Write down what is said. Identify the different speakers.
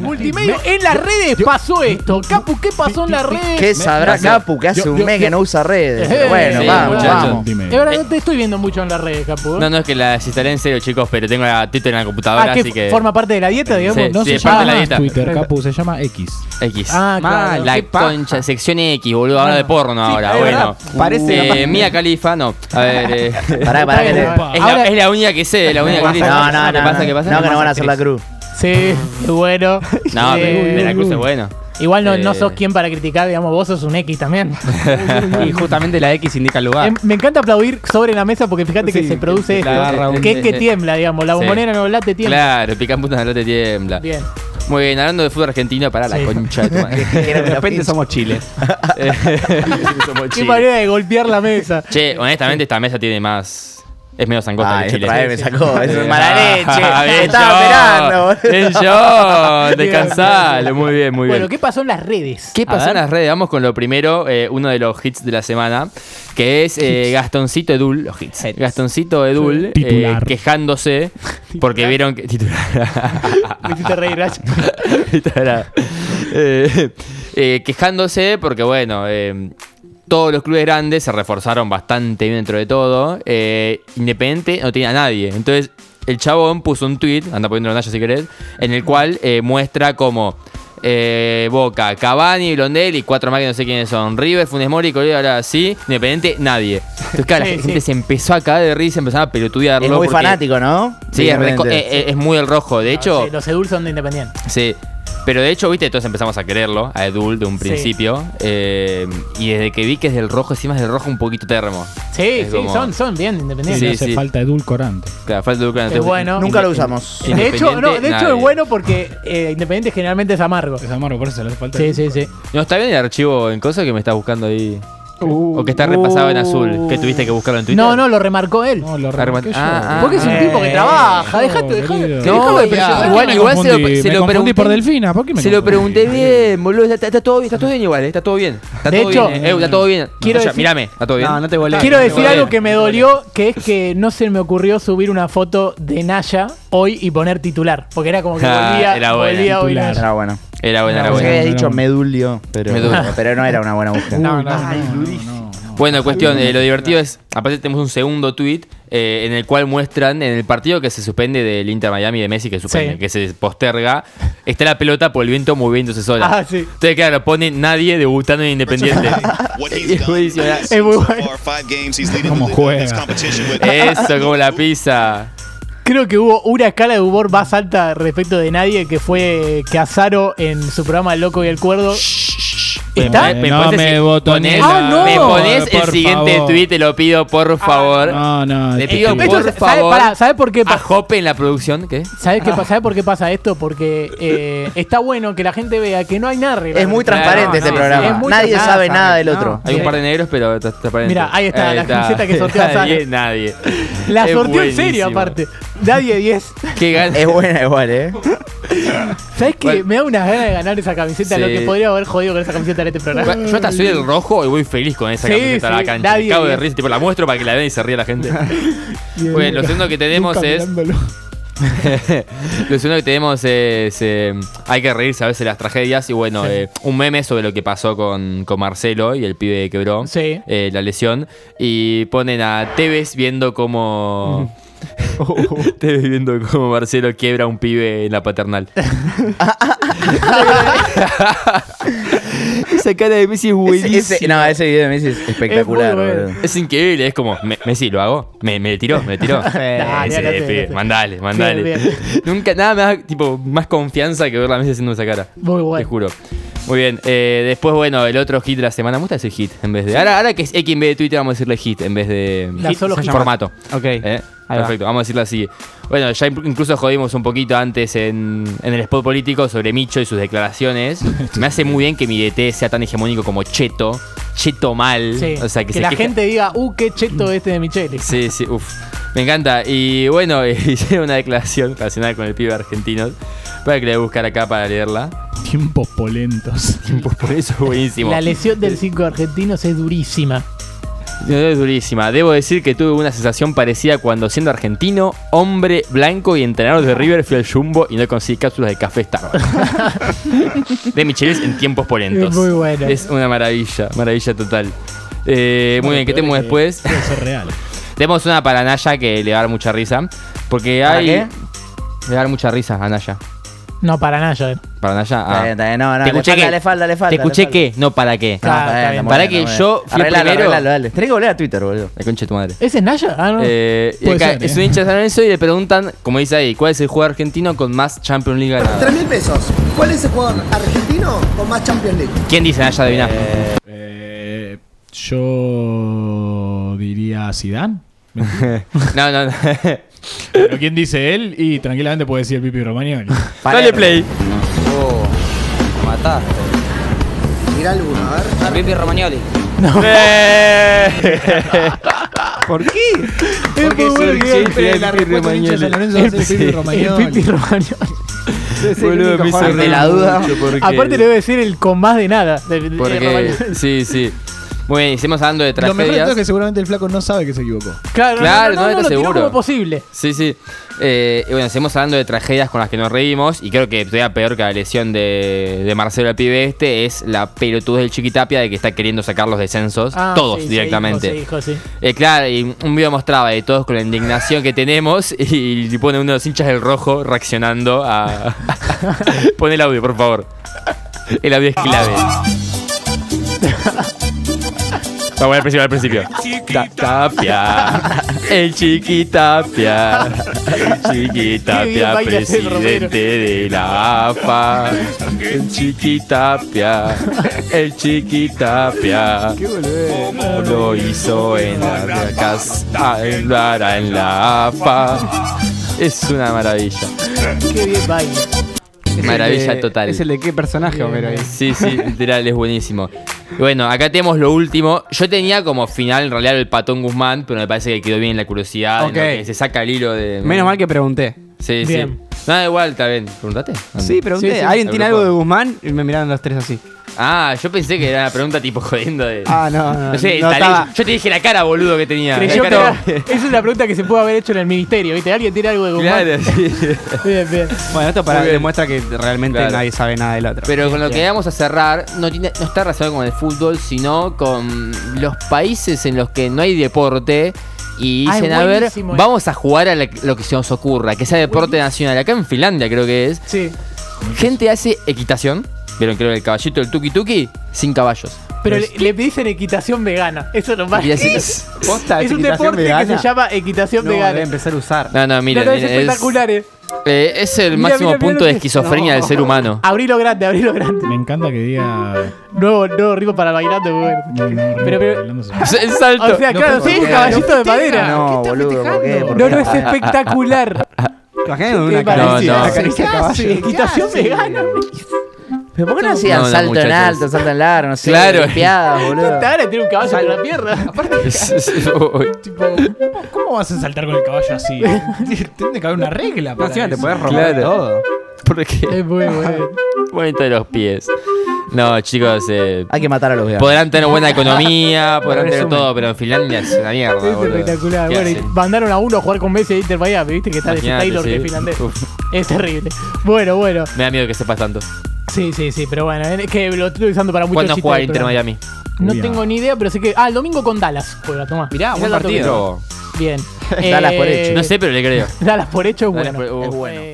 Speaker 1: Multimedia en las redes pasó esto. Capu, ¿qué pasó en las redes?
Speaker 2: ¿Qué sabrá Capu que hace
Speaker 3: yo-
Speaker 2: un
Speaker 3: yo-
Speaker 2: mes
Speaker 3: yo-
Speaker 2: que no usa redes?
Speaker 1: Eh,
Speaker 2: Pero bueno,
Speaker 4: sí,
Speaker 2: vamos,
Speaker 4: muchachos.
Speaker 2: vamos.
Speaker 1: Es
Speaker 3: Eh,
Speaker 1: verdad, no te estoy viendo mucho en las redes, Capu. ¿eh?
Speaker 4: No, no es que las instalé en serio, chicos, pero tengo la Twitter en la computadora,
Speaker 1: ah,
Speaker 4: así que.
Speaker 1: forma parte de la dieta, digamos.
Speaker 4: Sí,
Speaker 1: no
Speaker 4: sí,
Speaker 1: se
Speaker 4: parte de
Speaker 1: llama
Speaker 4: la
Speaker 1: más
Speaker 4: dieta.
Speaker 3: Twitter,
Speaker 1: Perfecto.
Speaker 3: Capu, se llama X.
Speaker 4: X.
Speaker 1: Ah, claro.
Speaker 2: Mal.
Speaker 4: la
Speaker 2: qué paja.
Speaker 4: concha, sección X, boludo. Habla de porno
Speaker 1: Sí,
Speaker 4: ahora,
Speaker 1: es
Speaker 4: bueno.
Speaker 1: verdad.
Speaker 2: Parece-
Speaker 4: Eh, Mía Califa, no. A ver. eh,
Speaker 2: Pará, pará que te...
Speaker 1: Está bien,
Speaker 4: es,
Speaker 1: Ahora-
Speaker 4: la, es la única que sé, la única que
Speaker 2: No,
Speaker 4: sé.
Speaker 2: no, no,
Speaker 4: ¿Qué
Speaker 2: no,
Speaker 4: pasa? ¿Qué pasa?
Speaker 2: no, que no van a hacer la cruz.
Speaker 1: Sí, bueno.
Speaker 4: No,
Speaker 1: Sí.
Speaker 4: pero Veracruz es bueno.
Speaker 1: Igual no, no
Speaker 4: Eh.
Speaker 1: sos quien para criticar, digamos, vos sos un X también.
Speaker 5: Y justamente la X indica el lugar.
Speaker 1: Em, Me encanta aplaudir sobre la mesa porque fíjate que
Speaker 5: Sí,
Speaker 1: se produce
Speaker 5: que
Speaker 1: esto.
Speaker 5: la agarra un-
Speaker 1: que es que tiembla, digamos. La
Speaker 4: Sí.
Speaker 1: bombonera no late tiembla.
Speaker 4: Claro, pican putas en la te tiembla.
Speaker 1: Bien.
Speaker 4: Muy bien, hablando de fútbol argentino, para
Speaker 1: Sí.
Speaker 4: la concha de tu madre.
Speaker 5: De repente somos Chile.
Speaker 4: Eh, somos
Speaker 1: Qué
Speaker 4: Chile.
Speaker 1: manera de golpear la mesa.
Speaker 4: Che, honestamente, esta mesa tiene más. Es medio zangosta
Speaker 2: Ay,
Speaker 4: que Chile.
Speaker 2: otra vez me sacó, eso es mala
Speaker 4: Eh, Ah,
Speaker 2: leche.
Speaker 4: bien
Speaker 2: Estaba
Speaker 4: John,
Speaker 2: esperando, boludo.
Speaker 4: Bien, John. Descansalo. Muy bien, muy bien.
Speaker 1: Bueno, ¿qué pasó en las redes?
Speaker 4: ¿Qué
Speaker 5: A
Speaker 4: pasó
Speaker 5: ver.
Speaker 4: en las redes? Vamos con lo primero, eh, uno de los hits de la semana, que es eh, Gastoncito Edul, los hits.
Speaker 5: Hits.
Speaker 4: Gastoncito Edul eh,
Speaker 3: Titular.
Speaker 4: quejándose porque vieron que titular.
Speaker 1: Me hiciste reír, Nacho.
Speaker 4: Tara. Eh, eh, quejándose porque, bueno, eh, todos los clubes grandes se reforzaron bastante bien dentro de todo. Eh, Independiente no tenía a nadie. Entonces, el chabón puso un tweet, anda poniéndolo Naya si querés, en el cual eh, muestra como eh, Boca, Cavani, Blondel y cuatro más que no sé quiénes son. River, Funes Mori, Correa, ahora sí. Independiente, nadie. Entonces, claro,
Speaker 1: Sí,
Speaker 4: la gente
Speaker 1: sí.
Speaker 4: se empezó a caer de risa, empezó a pelotudearlo.
Speaker 2: Es muy
Speaker 4: porque-
Speaker 2: fanático, ¿no?
Speaker 4: Sí, es, reco-
Speaker 2: Evidentemente.
Speaker 4: eh, eh, es muy el rojo. De hecho,
Speaker 1: Ah, Sí, los Edul son de Independiente.
Speaker 4: Sí. Pero de hecho, viste, todos empezamos a quererlo, a Edul de un
Speaker 1: Sí.
Speaker 4: principio. eh, y desde que vi que es del rojo, encima es del rojo un poquito termo.
Speaker 1: Sí,
Speaker 4: Es
Speaker 1: sí,
Speaker 4: como-
Speaker 1: son, son bien
Speaker 3: Sí,
Speaker 1: independientes.
Speaker 4: Sí,
Speaker 3: hace
Speaker 4: sí.
Speaker 3: falta edulcorante.
Speaker 4: Claro, falta Edul con
Speaker 1: Es
Speaker 4: el-
Speaker 1: bueno.
Speaker 2: Nunca lo usamos.
Speaker 1: De hecho, no, de hecho
Speaker 4: Independiente,
Speaker 1: es bueno porque eh, Independiente generalmente es amargo.
Speaker 3: Es amargo, por eso le hace falta.
Speaker 1: Sí, sí, sí.
Speaker 4: No, está bien el archivo en cosa que me estás buscando ahí.
Speaker 5: Uh.
Speaker 4: o que está repasado en azul, que tuviste que buscarlo en Twitter.
Speaker 1: No, no, lo remarcó él.
Speaker 3: No, lo
Speaker 4: Ah,
Speaker 3: remarqué yo.
Speaker 4: ah,
Speaker 1: Porque es un
Speaker 4: eh,
Speaker 1: tipo que trabaja.
Speaker 3: no,
Speaker 1: Dejate, dejate.
Speaker 3: querido.
Speaker 4: No,
Speaker 1: dejalo de
Speaker 4: ya.
Speaker 1: presionar.
Speaker 4: Igual-
Speaker 3: Ah, Me
Speaker 4: igual se lo-
Speaker 3: confundí,
Speaker 4: se
Speaker 3: me
Speaker 4: lo
Speaker 3: confundí
Speaker 4: pregunté-
Speaker 3: por Delfina, ¿por qué me
Speaker 4: Se lo
Speaker 3: confundí?
Speaker 4: pregunté bien, boludo. Está, está todo bien, está todo bien igual, eh, está todo bien. Está
Speaker 1: De
Speaker 4: todo
Speaker 1: hecho,
Speaker 4: bien, eh, eh, está todo bien.
Speaker 1: quiero
Speaker 4: Ya,
Speaker 1: decir-
Speaker 4: Mírame, está todo bien.
Speaker 5: No, no te volé.
Speaker 1: Quiero
Speaker 4: no te
Speaker 1: decir
Speaker 4: volé.
Speaker 1: algo que me dolió, que es que no se me ocurrió subir una foto de Naya hoy y poner titular, porque era como que
Speaker 4: Ah,
Speaker 1: volvía,
Speaker 4: era buena.
Speaker 1: volvía hoy
Speaker 3: Titular.
Speaker 1: Naya.
Speaker 2: Era bueno.
Speaker 4: Era bueno, era
Speaker 2: Pensé
Speaker 4: bueno.
Speaker 2: que habías
Speaker 3: era
Speaker 2: dicho
Speaker 3: bueno.
Speaker 2: medulio, pero,
Speaker 4: Medulio.
Speaker 2: pero no era una buena búsqueda.
Speaker 5: No, no,
Speaker 3: Ay,
Speaker 5: no, no,
Speaker 3: durísimo.
Speaker 4: Bueno, cuestión, eh, lo divertido es, aparte tenemos un segundo tweet eh, en el cual muestran en el partido que se suspende del Inter Miami de Messi, que suspende,
Speaker 1: Sí.
Speaker 4: que se posterga, está la pelota por el viento moviéndose sola.
Speaker 1: Ah, sí.
Speaker 4: Entonces, claro, pone nadie debutando en Independiente.
Speaker 6: What
Speaker 4: Y es
Speaker 6: he's
Speaker 4: buenísimo,
Speaker 6: done.
Speaker 4: ¿verdad?
Speaker 1: Es muy
Speaker 6: So
Speaker 1: bueno.
Speaker 6: far, five games he's leading
Speaker 3: Como
Speaker 6: the league in this
Speaker 3: juega.
Speaker 6: competition with-
Speaker 4: Eso, como la pizza.
Speaker 1: Creo que hubo una escala de humor más alta respecto de nadie que fue Casaro en su programa El Loco y el Cuerdo. ¿Está?
Speaker 3: Eh, no
Speaker 4: pones
Speaker 3: me
Speaker 4: el-
Speaker 3: botonela.
Speaker 4: ponés-
Speaker 1: Ah, no. Ah,
Speaker 4: Me pones el
Speaker 3: Por
Speaker 4: siguiente
Speaker 3: favor.
Speaker 4: tweet, te lo pido, por favor.
Speaker 3: No, no.
Speaker 4: Le
Speaker 3: este-
Speaker 4: pido
Speaker 1: Esto
Speaker 4: por
Speaker 1: es- ¿sabe-
Speaker 4: favor.
Speaker 1: pará, ¿sabe por qué?
Speaker 4: a
Speaker 1: pa-
Speaker 4: Jope en la producción, ¿qué?
Speaker 1: ¿Sabes qué
Speaker 2: Ah.
Speaker 1: pa- sabe por qué pasa esto? Porque eh, está bueno que la gente vea que no hay nada
Speaker 2: Es muy transparente
Speaker 4: no,
Speaker 2: este
Speaker 4: sí,
Speaker 2: programa.
Speaker 4: sí, es
Speaker 1: muy
Speaker 2: Nadie
Speaker 1: transparente.
Speaker 2: sabe nada del
Speaker 5: No.
Speaker 2: otro.
Speaker 4: Hay
Speaker 1: Sí.
Speaker 4: un par de negros, pero está transparente.
Speaker 1: Mirá, ahí está, la camiseta que sorteó Azar.
Speaker 4: Nadie, nadie.
Speaker 1: La
Speaker 4: Es
Speaker 1: sorteó en serio,
Speaker 4: buenísimo.
Speaker 1: aparte. Nadie 10.
Speaker 4: Qué gan-
Speaker 2: Es buena igual, ¿eh?
Speaker 1: ¿Sabes qué?
Speaker 4: Bueno.
Speaker 1: Me da unas ganas de ganar esa camiseta, lo
Speaker 4: Sí.
Speaker 1: que podría haber jodido con esa camiseta en este programa.
Speaker 4: Yo hasta soy el rojo y voy feliz con esa
Speaker 1: Sí,
Speaker 4: camiseta a
Speaker 1: sí,
Speaker 4: la cancha.
Speaker 1: nadie
Speaker 4: Me cago de
Speaker 1: bien.
Speaker 4: risa, tipo la muestro para que la vean y se ría la gente. bueno, lo segundo que tenemos
Speaker 3: Nunca
Speaker 4: es.
Speaker 3: mirándolo.
Speaker 4: lo segundo que tenemos es. eh, hay que reírse a veces de las tragedias. Y bueno, eh, un meme sobre lo que pasó con, con Marcelo y el pibe que quebró
Speaker 1: Sí.
Speaker 4: eh, la lesión. Y ponen a Tevez viendo cómo. Tevez viendo cómo Marcelo quiebra a un pibe en la paternal. Esa cara de Messi es
Speaker 2: Ese- ese- no, ese video de Messi es espectacular,
Speaker 1: Es muy bueno.
Speaker 2: boludo.
Speaker 4: Es increíble, es como, me- Messi, ¿lo hago? Me, me tiró, me tiró.
Speaker 1: Dale,
Speaker 4: Ese,
Speaker 1: dale,
Speaker 4: pibe,
Speaker 1: dale.
Speaker 4: mandale, mandale.
Speaker 1: Bien,
Speaker 4: Nunca, nada me da tipo, más confianza que ver la Messi haciendo esa cara.
Speaker 1: Muy
Speaker 4: Te
Speaker 1: bueno.
Speaker 4: juro. Muy bien, eh, después, bueno, el otro hit de la semana. Me gusta ese hit en vez de. Ahora, ahora que es X en vez de Twitter, vamos a decirle hit en vez de.
Speaker 1: La
Speaker 4: hit,
Speaker 1: solo hit.
Speaker 4: Formato.
Speaker 5: Ok.
Speaker 4: Eh,
Speaker 5: Ahí va.
Speaker 4: Perfecto, vamos a decirlo así. Bueno, ya inc- incluso jodimos un poquito antes en, en el spot político sobre Micho y sus declaraciones. Me hace muy bien que mi DT sea tan hegemónico como Cheto. Cheto mal.
Speaker 1: Sí.
Speaker 4: O sea, que,
Speaker 1: que
Speaker 4: se
Speaker 1: la
Speaker 4: queja-
Speaker 1: gente diga, uh, qué cheto este de Michele.
Speaker 4: Sí, sí, uff. Me encanta. Y bueno, hicieron una declaración relacionada con el pibe argentino. Para que le voy a buscar acá para leerla.
Speaker 3: Tiempos polentos.
Speaker 4: Por eso es buenísimo.
Speaker 1: La lesión del 5 argentino es durísima.
Speaker 4: Es durísima. Debo decir que tuve una sensación parecida cuando siendo argentino, hombre blanco y entrenador de River fui al Jumbo y no conseguí cápsulas de café Starbucks. de Michelis en tiempos polentos.
Speaker 1: Es muy buena.
Speaker 4: Es una maravilla, maravilla total. Eh, muy bien, ¿qué tenemos después?
Speaker 3: Puede ser real.
Speaker 4: Tenemos una para Naya que le va a dar mucha risa. Porque
Speaker 2: ¿Para
Speaker 4: hay.
Speaker 2: qué?
Speaker 4: Le va a dar mucha risa a Naya.
Speaker 1: No, para Naya. ¿eh?
Speaker 4: Para Naya.
Speaker 2: Está
Speaker 4: ah.
Speaker 2: bien, está bien. No, no,
Speaker 4: Te
Speaker 2: le
Speaker 4: escuché
Speaker 2: falta,
Speaker 4: que-
Speaker 2: le falta, le falta.
Speaker 4: Te
Speaker 2: le
Speaker 4: escuché
Speaker 2: falta.
Speaker 4: que, no para qué. Ah,
Speaker 1: Claro, está bien.
Speaker 4: Pará que yo fui
Speaker 2: Arreglalo,
Speaker 4: primero.
Speaker 2: arreglalo, dale. Tenés que volver a Twitter, boludo.
Speaker 4: La concha de tu madre.
Speaker 1: ¿Ese es Naya? Ah, no.
Speaker 4: Eh, y
Speaker 3: Puede
Speaker 4: acá
Speaker 3: ser,
Speaker 4: es
Speaker 3: eh.
Speaker 4: un hincha de San Lorenzo y le preguntan, como dice ahí, ¿cuál es el jugador argentino con más Champions League ganado?
Speaker 6: 3.000 pesos. ¿Cuál es el jugador argentino con más Champions League?
Speaker 4: ¿Quién dice Naya Adiviná?
Speaker 3: Eh, yo diría Zidane.
Speaker 4: No, no, no.
Speaker 3: Pero ¿quién dice él? Y tranquilamente puede decir el Pipi Romagnoli.
Speaker 4: Dale play.
Speaker 2: Oh,
Speaker 6: Mirá alguno, a ver.
Speaker 4: Eh.
Speaker 5: ¿Por qué?
Speaker 1: Porque
Speaker 5: siempre la respuesta del hincha de San
Speaker 3: Lorenzo va a ser el Pipi Romagnoli.
Speaker 1: Pipi Romagnoli.
Speaker 5: Boludo, me hizo
Speaker 2: Ante la duda.
Speaker 1: Aparte le voy a decir el con más de nada. de- de- de
Speaker 4: Porque,
Speaker 1: Romagnoli.
Speaker 4: sí, sí. Muy bien, hicimos hablando de
Speaker 3: Lo mejor de todo es
Speaker 4: tragedias.
Speaker 3: que seguramente el flaco no sabe que se equivocó.
Speaker 1: Claro,
Speaker 4: Claro,
Speaker 1: no,
Speaker 4: no,
Speaker 1: no, no,
Speaker 4: está
Speaker 1: lo tiró
Speaker 4: seguro.
Speaker 1: como posible.
Speaker 4: Sí, sí. Eh, y bueno, seguimos hablando de tragedias con las que nos reímos. Y creo que todavía peor que la lesión de, de Marcelo al pibe este es la pelotudez del Chiquitapia de que está queriendo sacar los descensos.
Speaker 1: Ah,
Speaker 4: todos
Speaker 1: sí, sí,
Speaker 4: directamente.
Speaker 1: hijo, sí, hijo, sí.
Speaker 4: Eh, claro, y un video mostraba de todos con la indignación que tenemos y, y pone uno de los hinchas del rojo reaccionando a... pone el audio, por favor. El audio es clave. Vamos al principio, al principio. Ta- Tapia, el chiquitapia,
Speaker 1: Qué bien
Speaker 4: chiquitapia,
Speaker 1: baila ese Romero.
Speaker 4: presidente de la AFA, el chiquitapia, el chiquitapia. Lo hizo en la casa, en Lara, en la AFA. Es una maravilla.
Speaker 1: Qué bien baila.
Speaker 4: Maravilla total.
Speaker 5: ¿Es el de qué personaje, Homero? ahí?
Speaker 4: Sí, sí, literal, es buenísimo. Bueno, acá tenemos lo último. Yo tenía como final en realidad el patón Guzmán, pero me parece que quedó bien la curiosidad. en
Speaker 5: Ok.
Speaker 4: lo que se saca el hilo de.
Speaker 5: Menos mal que pregunté.
Speaker 4: Sí,
Speaker 1: Bien.
Speaker 4: sí. Nada, igual, está bien. ¿Preguntaste? Ah,
Speaker 5: Sí, pregunté.
Speaker 1: Sí, sí.
Speaker 5: ¿Alguien tiene
Speaker 4: Agrupa.
Speaker 5: algo de Guzmán? Y me miraron los tres así.
Speaker 4: Ah, yo pensé que era una pregunta tipo jodiendo de.
Speaker 5: Ah, no, no.
Speaker 4: no sé,
Speaker 5: no
Speaker 4: tal vez-
Speaker 5: estaba-
Speaker 4: yo te dije la cara, boludo, que tenía.
Speaker 1: Creyó
Speaker 4: La
Speaker 1: que
Speaker 4: cara-
Speaker 1: era- esa es la pregunta que se puede haber hecho en el ministerio, ¿viste? ¿Alguien tiene algo de Guzmán?
Speaker 4: Claro, sí.
Speaker 1: Bien, bien.
Speaker 5: Bueno, esto para
Speaker 4: Muy bien.
Speaker 5: demuestra que realmente
Speaker 4: Claro.
Speaker 5: nadie sabe nada del otro.
Speaker 4: Pero con lo que vamos a cerrar, no, tiene- no está relacionado con el fútbol, sino con los países en los que no hay deporte. Y
Speaker 1: Ay,
Speaker 4: dicen, a ver,
Speaker 1: buenísimo, eh.
Speaker 4: vamos a jugar a la- lo que se nos ocurra, que sea deporte nacional. Acá en Finlandia creo que es.
Speaker 1: Sí.
Speaker 4: Gente hace equitación. Vieron, creo, el caballito, el tuki tuki, sin caballos.
Speaker 1: Pero le, le dicen equitación vegana. Eso es lo más.
Speaker 4: Y así-
Speaker 5: Posta,
Speaker 1: es un
Speaker 5: equitación
Speaker 1: deporte que
Speaker 5: vegana.
Speaker 1: se llama equitación
Speaker 5: No,
Speaker 1: vegana.
Speaker 5: debe empezar a usar.
Speaker 4: No, no, miren,
Speaker 1: no, no, es
Speaker 4: miren, es,
Speaker 1: espectacular, eh.
Speaker 4: eh, es el
Speaker 1: Mira,
Speaker 4: máximo
Speaker 1: mira, mira
Speaker 4: punto
Speaker 1: lo
Speaker 4: de
Speaker 1: que-
Speaker 4: esquizofrenia del ser humano.
Speaker 1: Abrilo grande, abrilo grande.
Speaker 3: Me encanta que diga.
Speaker 1: Nuevo, nuevo ritmo para bailando, muy bueno.
Speaker 3: No, no,
Speaker 1: Pero, pero-
Speaker 3: bailándose.
Speaker 4: El salto.
Speaker 1: O sea,
Speaker 5: No
Speaker 1: claro,
Speaker 5: puedo
Speaker 1: sí, un
Speaker 2: creer.
Speaker 1: caballito de madera. No,
Speaker 2: No, boludo, ¿por qué? ¿Por
Speaker 1: no,
Speaker 2: qué?
Speaker 1: es espectacular.
Speaker 5: Imagínate
Speaker 1: Qué
Speaker 5: una
Speaker 1: maravilla.
Speaker 5: caricia,
Speaker 4: No, no.
Speaker 5: una caricia a caballo.
Speaker 1: Sí, equitación vegana.
Speaker 2: ¿Pero por qué no hacían
Speaker 4: No, no,
Speaker 2: salto en
Speaker 4: muchachos.
Speaker 2: alto, salto en largo, no sé?
Speaker 4: Claro.
Speaker 2: Limpiadas, boludo.
Speaker 1: Hasta ahora tiene un caballo en la pierna.
Speaker 3: Tipo, ¿cómo, cómo vas a saltar con el caballo así? Tiene que haber una regla.
Speaker 5: No,
Speaker 3: Para
Speaker 5: encima te
Speaker 3: eso.
Speaker 5: puedes robar
Speaker 4: Claro.
Speaker 5: todo.
Speaker 4: Porque
Speaker 1: Es muy bueno.
Speaker 4: bonito de los pies. No, chicos, eh,
Speaker 2: Hay que matar a los veganos.
Speaker 4: Podrán tener buena economía, podrán tener
Speaker 5: Resumen.
Speaker 4: todo, pero en Finlandia es una mierda.
Speaker 1: Es
Speaker 4: boludo.
Speaker 1: espectacular.
Speaker 4: ¿Qué
Speaker 1: Bueno, y
Speaker 4: hacen?
Speaker 1: mandaron a uno a jugar con Messi de Inter Miami, viste que está de ese
Speaker 4: Imagínate,
Speaker 1: Taylor
Speaker 4: sí.
Speaker 1: que es finlandés.
Speaker 4: Uf,
Speaker 1: Es terrible. Bueno, bueno.
Speaker 4: me da miedo que sepas tanto.
Speaker 1: Sí, sí, sí, pero bueno, es que lo estoy usando para muchos
Speaker 4: ¿Cuándo
Speaker 1: chistes.
Speaker 4: juega
Speaker 1: del
Speaker 4: Inter
Speaker 1: programa.
Speaker 4: Miami?
Speaker 1: No
Speaker 3: Uy, ah.
Speaker 1: tengo ni idea, pero sé que. Ah, el domingo con Dallas juega, tomá.
Speaker 5: Mirá,
Speaker 1: Ese
Speaker 5: buen
Speaker 1: es el dato que
Speaker 5: partido.
Speaker 1: tengo. Bien. Eh,
Speaker 2: Dallas por hecho.
Speaker 4: No sé, pero le creo.
Speaker 1: Dallas por hecho es
Speaker 4: Dale,
Speaker 1: bueno.
Speaker 4: pues, uf.
Speaker 1: Eh,